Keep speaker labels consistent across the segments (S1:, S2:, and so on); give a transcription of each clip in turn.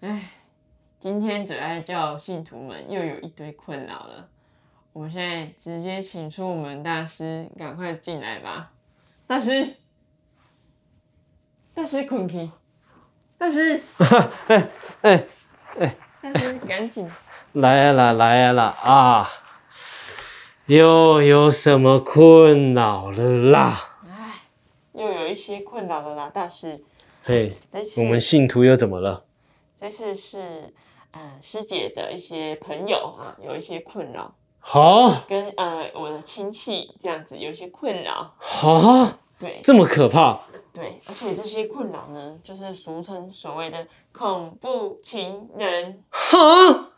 S1: 哎天主爱教信徒们又有一堆困扰了。我们现在直接请出我们大师，赶快进来吧，大师，大师困去，大师，
S2: 哎
S1: 大师赶紧，
S2: 来呀啦，来呀啦啊！又有什么困扰了啦？
S1: 哎，又有一些困扰了啦，大师，
S2: 嘿，
S1: 这次
S2: 我们信徒又怎么了？
S1: 这次是呃师姐的一些朋友啊，有一些困扰，
S2: 好，
S1: 跟呃我的亲戚这样子有一些困扰，
S2: 好，
S1: 对
S2: 这么可怕？
S1: 对，而且这些困扰呢，就是俗称所谓的恐怖情人。
S2: 哈！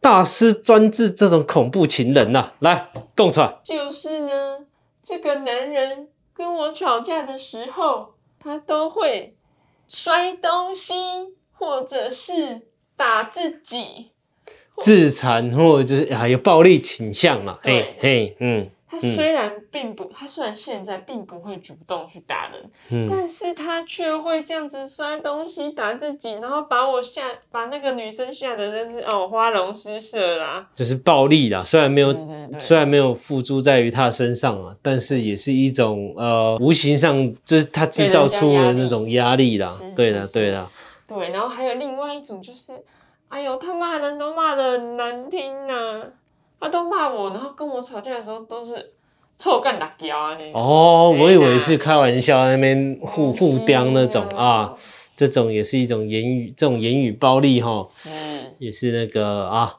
S2: 大师专治这种恐怖情人呐、来，供出来。
S1: 就是呢，这个男人跟我吵架的时候，他都会摔东西，或者是打自己。
S2: 自残或者就是啊有暴力倾向嘛？嘿嘿，嗯
S1: 他
S2: 嗯
S1: 虽然并不，他虽然现在并不会主动去打人，
S2: 嗯，
S1: 但是他却会这样子摔东西、打自己，然后把我吓，把那个女生吓得真是哦花容失色啦。
S2: 就是暴力啦，虽然没有
S1: 对对对，
S2: 虽然没有付诸在于他身上啊，但是也是一种呃，无形上就是他制造出了那种压力啦
S1: 啊是。
S2: 对啦，
S1: 是
S2: 对啦，
S1: 对，然后还有另外一种就是，哎呦，他骂人都骂的难听呐、他都骂我，然后跟我吵架的时候都是臭干打屌啊你。
S2: 哦，
S1: 对啦
S2: 我以为是开玩笑，那边互互飙那种
S1: 是
S2: 啊，，这种也是一种言语，这种言语暴力哈，
S1: 是
S2: 也是那个啊，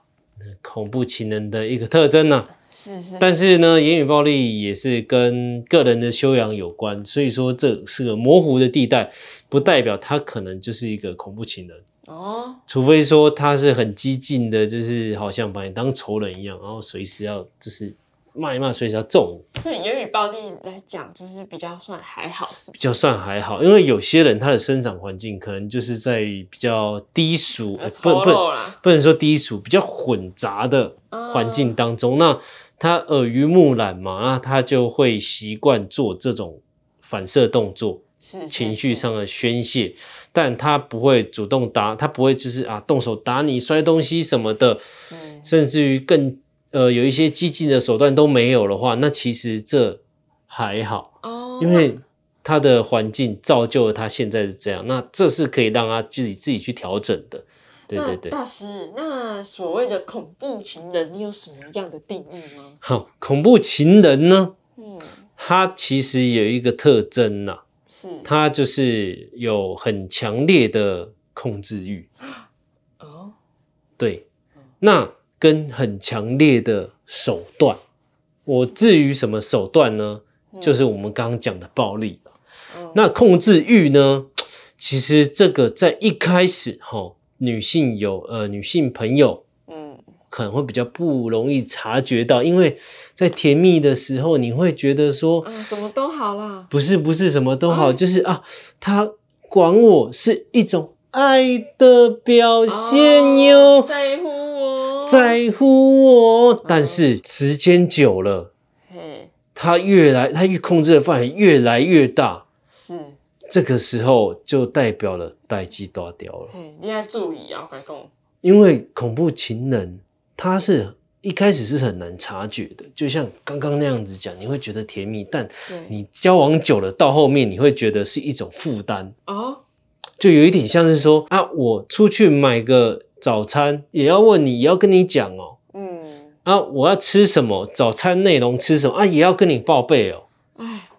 S2: 恐怖情人的一个特征呢、啊
S1: 是是，
S2: 但是呢，言语暴力也是跟个人的修养有关，所以说这是个模糊的地带，不代表他可能就是一个恐怖情人。
S1: 哦，
S2: 除非说他是很激进的，就是好像把你当仇人一样，然后随时要就是骂一骂，随时要揍你，
S1: 所以言语暴力来讲，就是比较算还好，是不
S2: 比
S1: 是？
S2: 较算还好。因为有些人他的生长环境可能就是在比较低俗，呃不
S1: 丑
S2: 不
S1: 陋啦，啊
S2: 不能说低俗，比较混杂的环境当中，那他耳濡目染嘛，那他就会习惯做这种反射动作。
S1: 是
S2: 情绪，上的宣泄，但他不会主动打，他不会就是啊动手打你、摔东西什么的，
S1: 是是是
S2: 甚至于更呃有一些激进的手段都没有的话，那其实这还好，
S1: 哦，
S2: 因为他的环境造就了他现在是这样，那这是可以让他自己自己去调整的。对
S1: 那
S2: 对对，
S1: 大师，那所谓的恐怖情人，你有什么样的定义吗？
S2: 好，恐怖情人呢，
S1: 嗯，
S2: 他其实有一个特征呐、
S1: 是
S2: 他就是有很强烈的控制欲。
S1: 哦，
S2: 对，那跟很强烈的手段。我至于什么手段呢？就是我们刚刚讲的暴力。
S1: 嗯
S2: 那控制欲呢？其实这个在一开始哈、女性有呃女性朋友
S1: 嗯，
S2: 可能会比较不容易察觉到，因为在甜蜜的时候，你会觉得说
S1: 啊，什么都好啦，
S2: 不是不是什么都好，
S1: 哎
S2: 就是啊，他管我是一种爱的表现哟。
S1: 哦在乎我，，
S2: 在乎我，但是时间久了，
S1: 嘿，
S2: 他越来他越控制的范围越来越大，
S1: 是，
S2: 这个时候就代表了代际大掉了。
S1: 嘿，你要注意啊，我跟你讲，
S2: 因为恐怖情人，他是一开始是很难察觉的，就像刚刚那样子讲，你会觉得甜蜜，但
S1: 对，
S2: 你交往久了，到后面你会觉得是一种负担，
S1: 哦，
S2: 就有一点像是说啊，我出去买个早餐也要问你，也要跟你讲哦。
S1: 嗯，
S2: 啊，我要吃什么？早餐内容吃什么啊？也要跟你报备哦。
S1: 哎，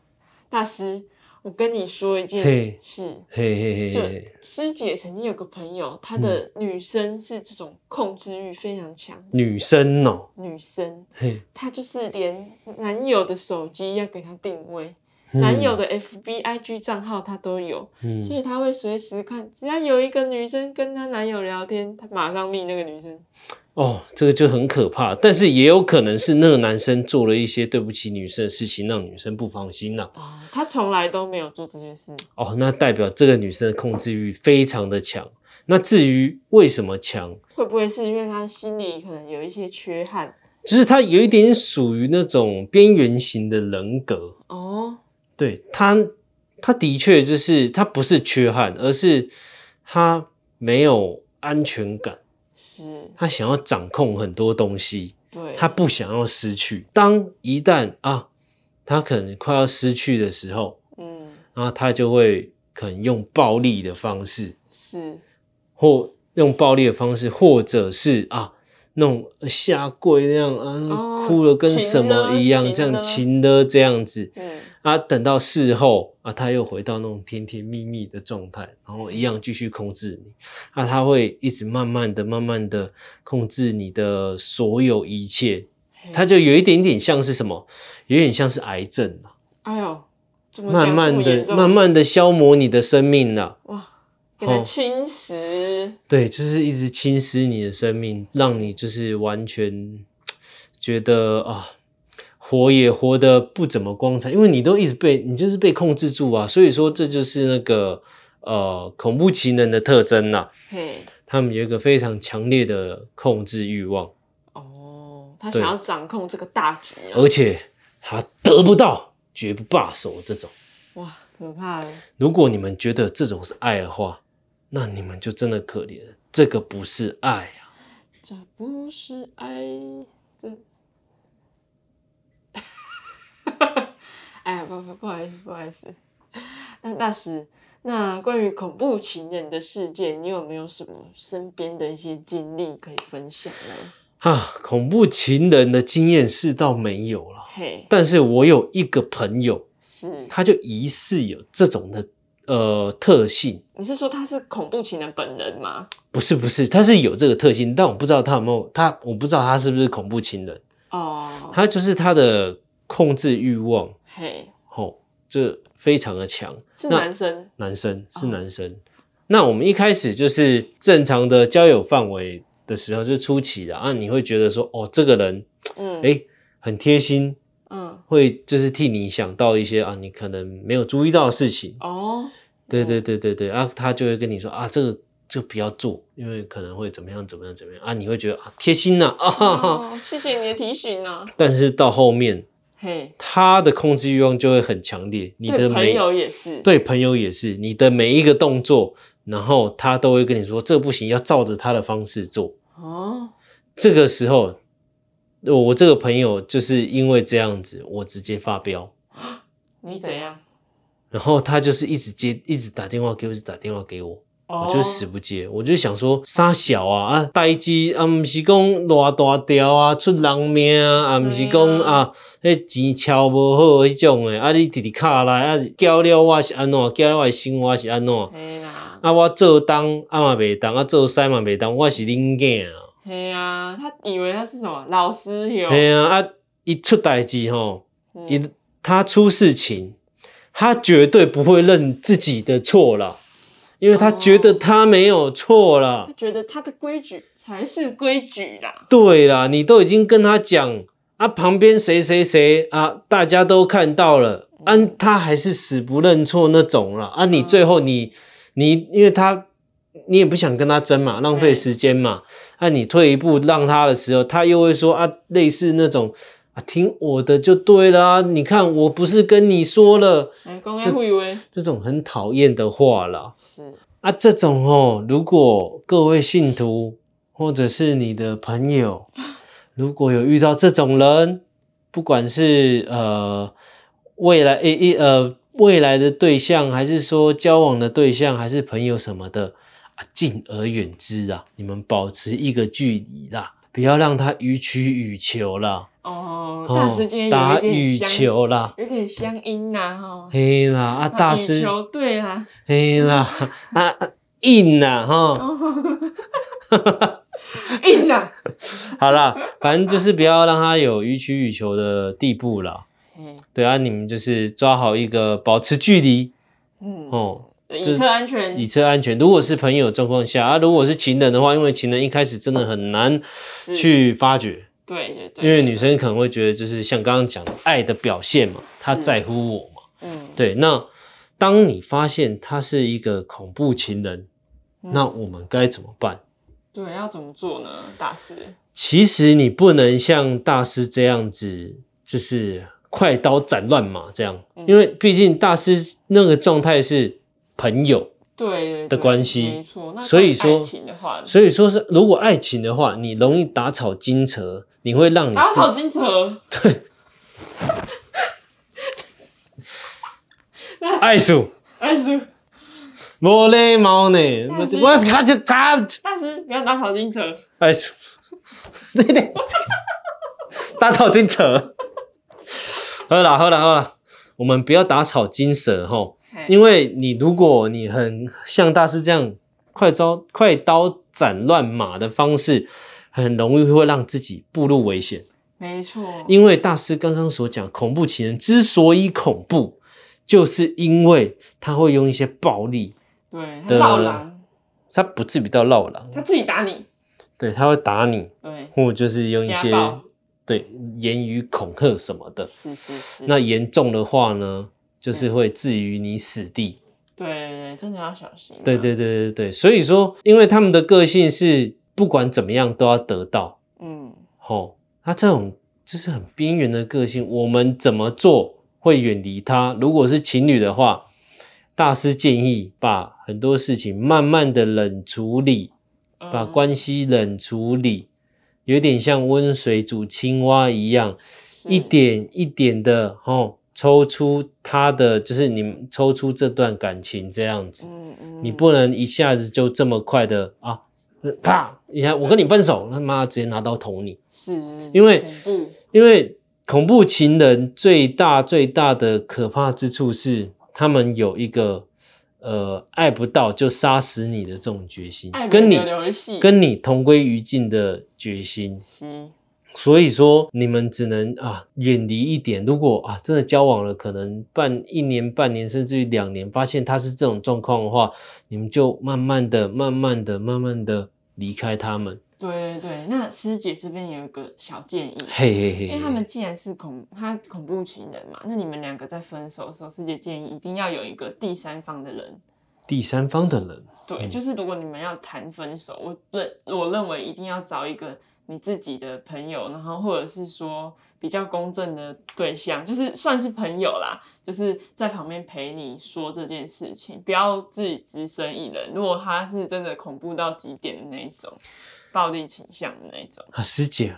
S1: 大师，我跟你说一
S2: 嘿
S1: 件事。
S2: 嘿嘿嘿
S1: 就
S2: 嘿，嗯
S1: 师姐曾经有个朋友，她的女生是这种控制欲非常强，
S2: 女生哦，
S1: 女生
S2: 嘿，
S1: 她就是连男友的手机要给她定位，
S2: 嗯
S1: 男友的 FB、IG 账号她都有，所
S2: 嗯，
S1: 以她会随时看，只要有一个女生跟她男友聊天，她马上密那个女生。
S2: 哦，这个就很可怕，但是也有可能是那个男生做了一些对不起女生的事情，让女生不放心呐、
S1: 啊，她从来都没有做这件事。
S2: 哦，那代表这个女生的控制欲非常的强。那至于为什么强，
S1: 会不会是因为她心里可能有一些缺憾？
S2: 就是她有一点属于那种边缘型的人格。
S1: 哦，
S2: 对他，他的确就是他不是缺憾，而是他没有安全感。
S1: 是，
S2: 他想要掌控很多东西，
S1: 对，
S2: 他不想要失去。当一旦啊，他可能快要失去的时候，
S1: 嗯
S2: 然后他就会可能用暴力的方式，
S1: 是，
S2: 或用暴力的方式，或者是啊。那种下跪那样啊，
S1: 哦
S2: 哭了跟
S1: 亲
S2: 什么
S1: 了
S2: 一样，
S1: 亲
S2: 这
S1: 了
S2: 样亲的这样子，
S1: 嗯
S2: 啊，等到事后啊，他又回到那种甜甜蜜蜜的状态，然后一样继续控制你。啊，他会一直慢慢的、慢慢的控制你的所有一切。他就有一点点像是什么，有点像是癌症啊
S1: 哎呦，怎么讲
S2: 慢
S1: 这
S2: 慢
S1: 么严
S2: 的、
S1: 重
S2: 慢慢的消磨你的生命了、
S1: 哇，给他
S2: 哦
S1: 侵蚀，
S2: 对，就是一直侵蚀你的生命，让你就是完全觉得啊，活也活得不怎么光彩，因为你都一直被你就是被控制住啊，所以说这就是那个呃恐怖情人的特征啦、
S1: 嘿，
S2: 他们有一个非常强烈的控制欲望，
S1: 哦，他想
S2: 对
S1: 要掌控这个大局啊，
S2: 而且他得不到绝不罢手这种。
S1: 哇，可怕了，
S2: 如果你们觉得这种是爱的话，那你们就真的可怜了，这个不是爱啊。
S1: 这不是爱，这。 哎，不不不好意思，不好意思。那大师，那关于恐怖情人的事件，你有没有什么身边的一些经历可以分享呢？
S2: 啊，恐怖情人的经验是倒没有了，
S1: 嘿，
S2: 但是我有一个朋友，
S1: 是，
S2: 他就疑似有这种的呃特性，
S1: 你是说他是恐怖情人本人吗？
S2: 不是不是，他是有这个特性，但我不知道他有没有他，我不知道他是不是恐怖情人，
S1: 哦，
S2: 他就是他的控制欲望，
S1: 嘿，
S2: 哦，这非常的强。
S1: 是
S2: 那
S1: 男生，
S2: 男生
S1: 哦
S2: 是男生。那我们一开始就是正常的交友范围的时候，就初期的啊，你会觉得说，哦，这个人
S1: 嗯，
S2: 诶很贴心，
S1: 嗯，
S2: 会就是替你想到一些啊，你可能没有注意到的事情。
S1: 哦，
S2: 对对对对对啊，他就会跟你说啊，这个就不要做，因为可能会怎么样怎么样怎么样啊，你会觉得啊贴心呐啊哈哈。
S1: 哦谢谢你的提醒啊，
S2: 但是到后面，
S1: 嘿，
S2: 他的控制欲望就会很强烈，你
S1: 对
S2: 的
S1: 朋
S2: 每
S1: 友也是，
S2: 对朋友也是，你的每一个动作，然后他都会跟你说这不行，要照着他的方式做。
S1: 哦，
S2: 这个时候，我我这个朋友就是因为这样子，我直接发飙，
S1: 你怎样？
S2: 然后他就是一直接，一直打电话给我，一直打电话给我，我就死
S1: 哦，
S2: 不接，我就想说傻小啊啊，代志啊，毋是讲偌大条啊，出人命啊，啊，毋是
S1: 对
S2: 讲
S1: 啊
S2: 啊，迄钱超无好迄种诶，啊，你直直卡来啊，交了我是安怎，交了我的生活是安怎？
S1: 嘿啦，
S2: 啊，我做东啊嘛袂当，啊做西嘛袂当，我是恁囝啊。
S1: 嘿啊，他以为他是什么老师有，
S2: 嘿啊，啊，一出代志吼，
S1: 嗯
S2: 一他出事情，他绝对不会认自己的错啦，因为他觉得他没有错啦。
S1: 他觉得他的规矩才是规矩啦，
S2: 对啦，你都已经跟他讲啊，旁边谁谁谁啊，大家都看到了，啊，他还是死不认错那种啦。啊，你最后你你因为他你也不想跟他争嘛，浪费时间嘛，啊，你退一步让他的时候，他又会说啊，类似那种啊，听我的就对啦、你看我不是跟你说了
S1: 哎，公安会以为
S2: 这种很讨厌的话啦。
S1: 是，
S2: 啊，这种哦，如果各位信徒或者是你的 朋友，如果有遇到这种人，不管是呃未来诶一呃未来的对象，还是说交往的对象，还是朋友什么的啊，敬而远之啊，你们保持一个距离啦，不要让他予取予求啦，
S1: 哦，大师今天有
S2: 打
S1: 一点
S2: 羽
S1: 相，
S2: 球啦，
S1: 有点乡音呐，哈，
S2: 嘿啦啊，
S1: 那
S2: 大
S1: 羽
S2: 师
S1: 球队啦，
S2: 嘿啦啊啊硬啦哈。
S1: 哦 硬啦，
S2: 好啦，反正就是不要让他有予取予求的地步啦。
S1: 嘿，
S2: 对啊，你们就是抓好一个保持距离
S1: 嗯，
S2: 哦，
S1: 以车安全
S2: 以车安全。如果是朋友状况下啊，如果是情人的话，因为情人一开始真的很难
S1: 是，
S2: 去发掘，
S1: 对对对，
S2: 因为女生可能会觉得就是像刚刚讲的爱的表现嘛，她
S1: 是
S2: 在乎我嘛。
S1: 嗯，
S2: 对，那当你发现他是一个恐怖情人，
S1: 嗯
S2: 那我们该怎么办？
S1: 对，要怎么做呢？大师，
S2: 其实你不能像大师这样子，就是快刀斩乱麻这样
S1: 嗯，
S2: 因为毕竟大师那个状态是朋友，
S1: 对对
S2: 的
S1: 对
S2: 关系
S1: 没错。那
S2: 所以
S1: 关于爱
S2: 说
S1: 情的话，
S2: 所以说是，如果爱情的话，你容易打草惊蛇，你会让你
S1: 打
S2: 自
S1: 草惊蛇，
S2: 爱鼠
S1: 但是
S2: 哎无礼貌呢，
S1: 但哎是
S2: 我他就他哎
S1: 但是不要打草惊蛇，
S2: 爱鼠，你咧 打草惊蛇。好啦好啦好啦，我们不要打草惊蛇吼，
S1: 嘿
S2: 因为你如果你很像大师这样快刀快刀斩乱麻的方式，很容易会让自己步入危险。
S1: 没错，
S2: 因为大师刚刚所讲，恐怖情人之所以恐怖，就是因为他会用一些暴力，
S1: 对，他
S2: 的
S1: 老狼，
S2: 他不至于到绕狼，
S1: 他自己打你，
S2: 对，他会打你，
S1: 对，
S2: 或就是用一
S1: 家
S2: 些
S1: 暴，
S2: 对言语恐吓什么的。
S1: 是是是，
S2: 那严重的话呢，
S1: 嗯
S2: 就是会置于你死地。
S1: 对对对，真的要小心啊，
S2: 对对对对对，所以说，因为他们的个性是不管怎么样都要得到，
S1: 嗯，
S2: 吼，他这种就是很边缘的个性，我们怎么做会远离他？如果是情侣的话，大师建议把很多事情慢慢的冷处理，
S1: 嗯
S2: 把关系冷处理，有点像温水煮青蛙一样，
S1: 是
S2: 一点一点的哦，抽出他的，就是你们抽出这段感情这样子，
S1: 嗯嗯，
S2: 你不能一下子就这么快的啊，啪一下我跟你分手，他妈直接拿刀捅你，
S1: 是，
S2: 因为
S1: 恐怖，
S2: 因为恐怖情人最大最大的可怕之处是，他们有一个呃爱不到就杀死你的这种决心
S1: 爱，
S2: 跟你
S1: 的流戏，
S2: 跟你同归于尽的决心。
S1: 是，
S2: 所以说，你们只能啊远离一点。如果啊真的交往了，可能半一年、半年，甚至于两年，发现他是这种状况的话，你们就慢慢的、慢慢的、慢慢的离开他们。
S1: 对对对。那师姐这边有一个小建议，
S2: 嘿嘿嘿，
S1: 因为他们既然是恐他恐怖情人嘛，那你们两个在分手的时候，师姐建议一定要有一个第三方的人。
S2: 第三方的人，
S1: 对，
S2: 嗯
S1: 就是如果你们要谈分手，我认我认为一定要找一个你自己的朋友，然后或者是说比较公正的对象，就是算是朋友啦，就是在旁边陪你说这件事情，不要自己只身一人。如果他是真的恐怖到极点的那一种，暴力倾向的那一种，
S2: 啊，师姐，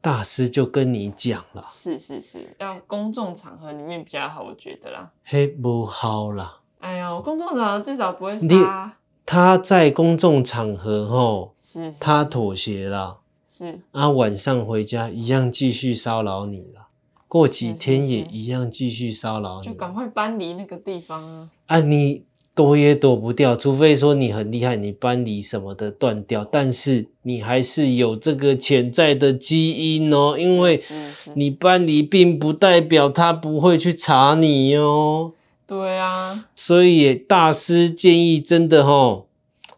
S2: 大师就跟你讲了，
S1: 是是是，要公众场合里面比较好，我觉得啦。
S2: 嘿不好啦，
S1: 哎呦，公众场合至少不会
S2: 你
S1: 杀啊，
S2: 他在公众场合吼，
S1: 是是
S2: 他
S1: 是
S2: 妥协啦，
S1: 是
S2: 啊，晚上回家一样继续骚扰你啦，过几
S1: 是是
S2: 天也
S1: 是
S2: 一样继续骚扰你
S1: 就
S2: 啦，
S1: 赶快搬离那个地方啊。
S2: 啊，你躲也躲不掉，除非说你很厉害，你搬离什么的断掉，但是你还是有这个潜在的基因哦，因为
S1: 是是
S2: 你搬离并不代表他不会去查你哦。
S1: 对啊，
S2: 所以也大师建议，真的吼，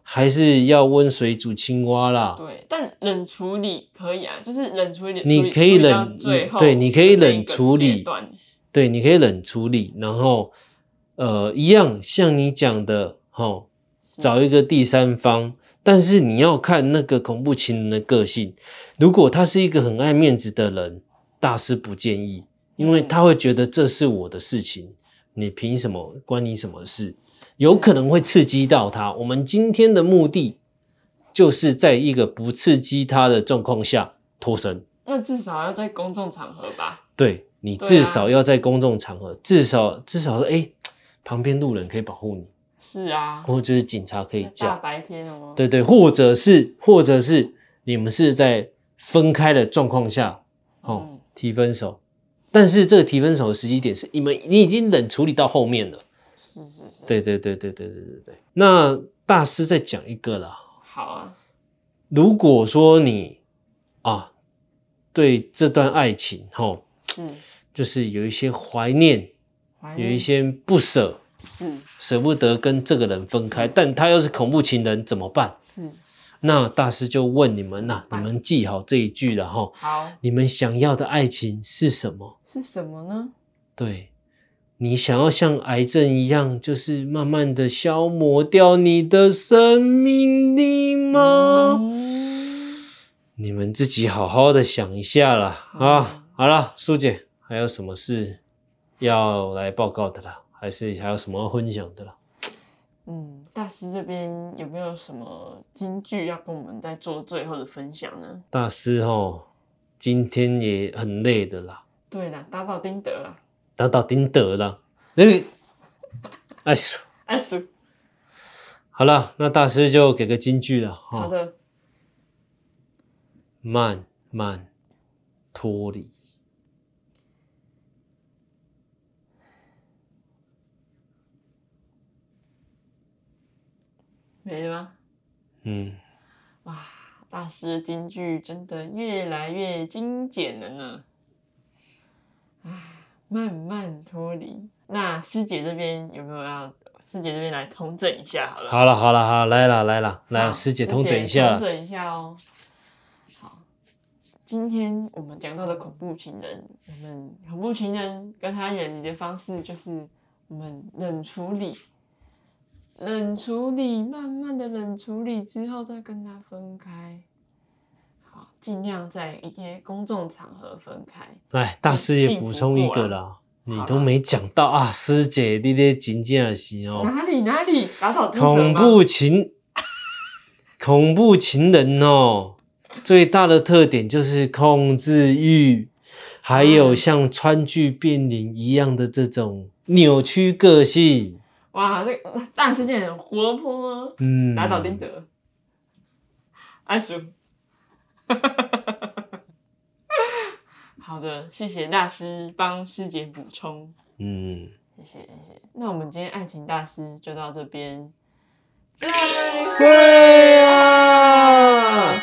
S2: 还是要温水煮青蛙啦。
S1: 对，但冷处理可以啊，就是冷处理，
S2: 你
S1: 处理
S2: 可
S1: 处
S2: 以
S1: 理到
S2: 冷
S1: 最
S2: 你
S1: 后，
S2: 对你可以冷处理
S1: 段，
S2: 对，你可以冷处理，然后呃，一样像你讲的，吼，
S1: 是
S2: 找一个第三方。但是你要看那个恐怖情人的个性，如果他是一个很爱面子的人，大师不建议，因为
S1: 嗯
S2: 他会觉得这是我的事情，你凭什么关你什么事？有可能会刺激到他。我们今天的目的就是在一个不刺激他的状况下脱身。
S1: 那至少要在公众场合吧。
S2: 对你
S1: 对
S2: 至
S1: 啊
S2: 少要在公众场合，至少至少说，哎、旁边路人可以保护你，
S1: 是啊，
S2: 或者就是警察可以
S1: 那大
S2: 叫，
S1: 白天哦，
S2: 对对，或者是或者是你们是在分开的状况下，哦，
S1: 嗯
S2: 提分手。但是这个提分手的时机点是你们你已经冷处理到后面了，
S1: 是是是，
S2: 对对对对对对对对。那大师再讲一个啦，
S1: 好啊，
S2: 如果说你啊对这段爱情吼、哦，
S1: 是
S2: 就是有一些怀念，
S1: 怀
S2: 有
S1: 念
S2: 一些不舍，
S1: 是
S2: 舍不得跟这个人分开，但他又是恐怖情人，怎么办？
S1: 是
S2: 那大师就问你们
S1: 怎
S2: 呐、
S1: 么办
S2: 你们记好这一句了哈。
S1: 好
S2: 你们想要的爱情是什么？
S1: 是什么呢？
S2: 对，你想要像癌症一样，就是慢慢的消磨掉你的生命力吗？
S1: 嗯
S2: 你们自己好好的想一下啦。啊
S1: 嗯。
S2: 好了，苏姐，还有什么事要来报告的啦？还是还有什么要分享的啦？
S1: 嗯，大师这边有没有什么金句要跟我们再做最后的分享呢？
S2: 大师哦，今天也很累的啦，
S1: 对啦，打倒丁德啦，
S2: 打倒丁德啦。哎，哎呦，
S1: 二叔，
S2: 好了，那大师就给个金句了哈、
S1: 好
S2: 哦，
S1: 的，
S2: 慢慢脱离。
S1: 没了吗？
S2: 嗯，
S1: 哇，大师的金句真的越来越精简了呢。唉，慢慢脱离。那师姐这边有没有要？师姐这边来通证一下好了。
S2: 好了好了好了，来了来了来
S1: 好
S2: 了，师姐通整一下
S1: 通。整一下哦。好，今天我们讲到的恐怖情人，我们恐怖情人跟他远离的方式就是我们冷处理，冷处理，慢慢的冷处理之后再跟他分开。好，尽量在一些公众场合分开。
S2: 哎，大师也补充一个啦，你都没讲到啊，师姐你这真正是哦，
S1: 哪里哪里打倒精神
S2: 恐
S1: 吗？
S2: 怖情，恐怖情人哦，最大的特点就是控制欲，还有
S1: 嗯
S2: 像川剧变脸一样的这种扭曲个性。
S1: 哇，这个大师姐很活泼哦。
S2: 嗯，
S1: 打倒丁德，阿叔。 好的，谢谢大师帮师姐补充，
S2: 嗯，
S1: 谢谢谢谢。那我们今天爱情大师就到这边，再
S2: 会啊。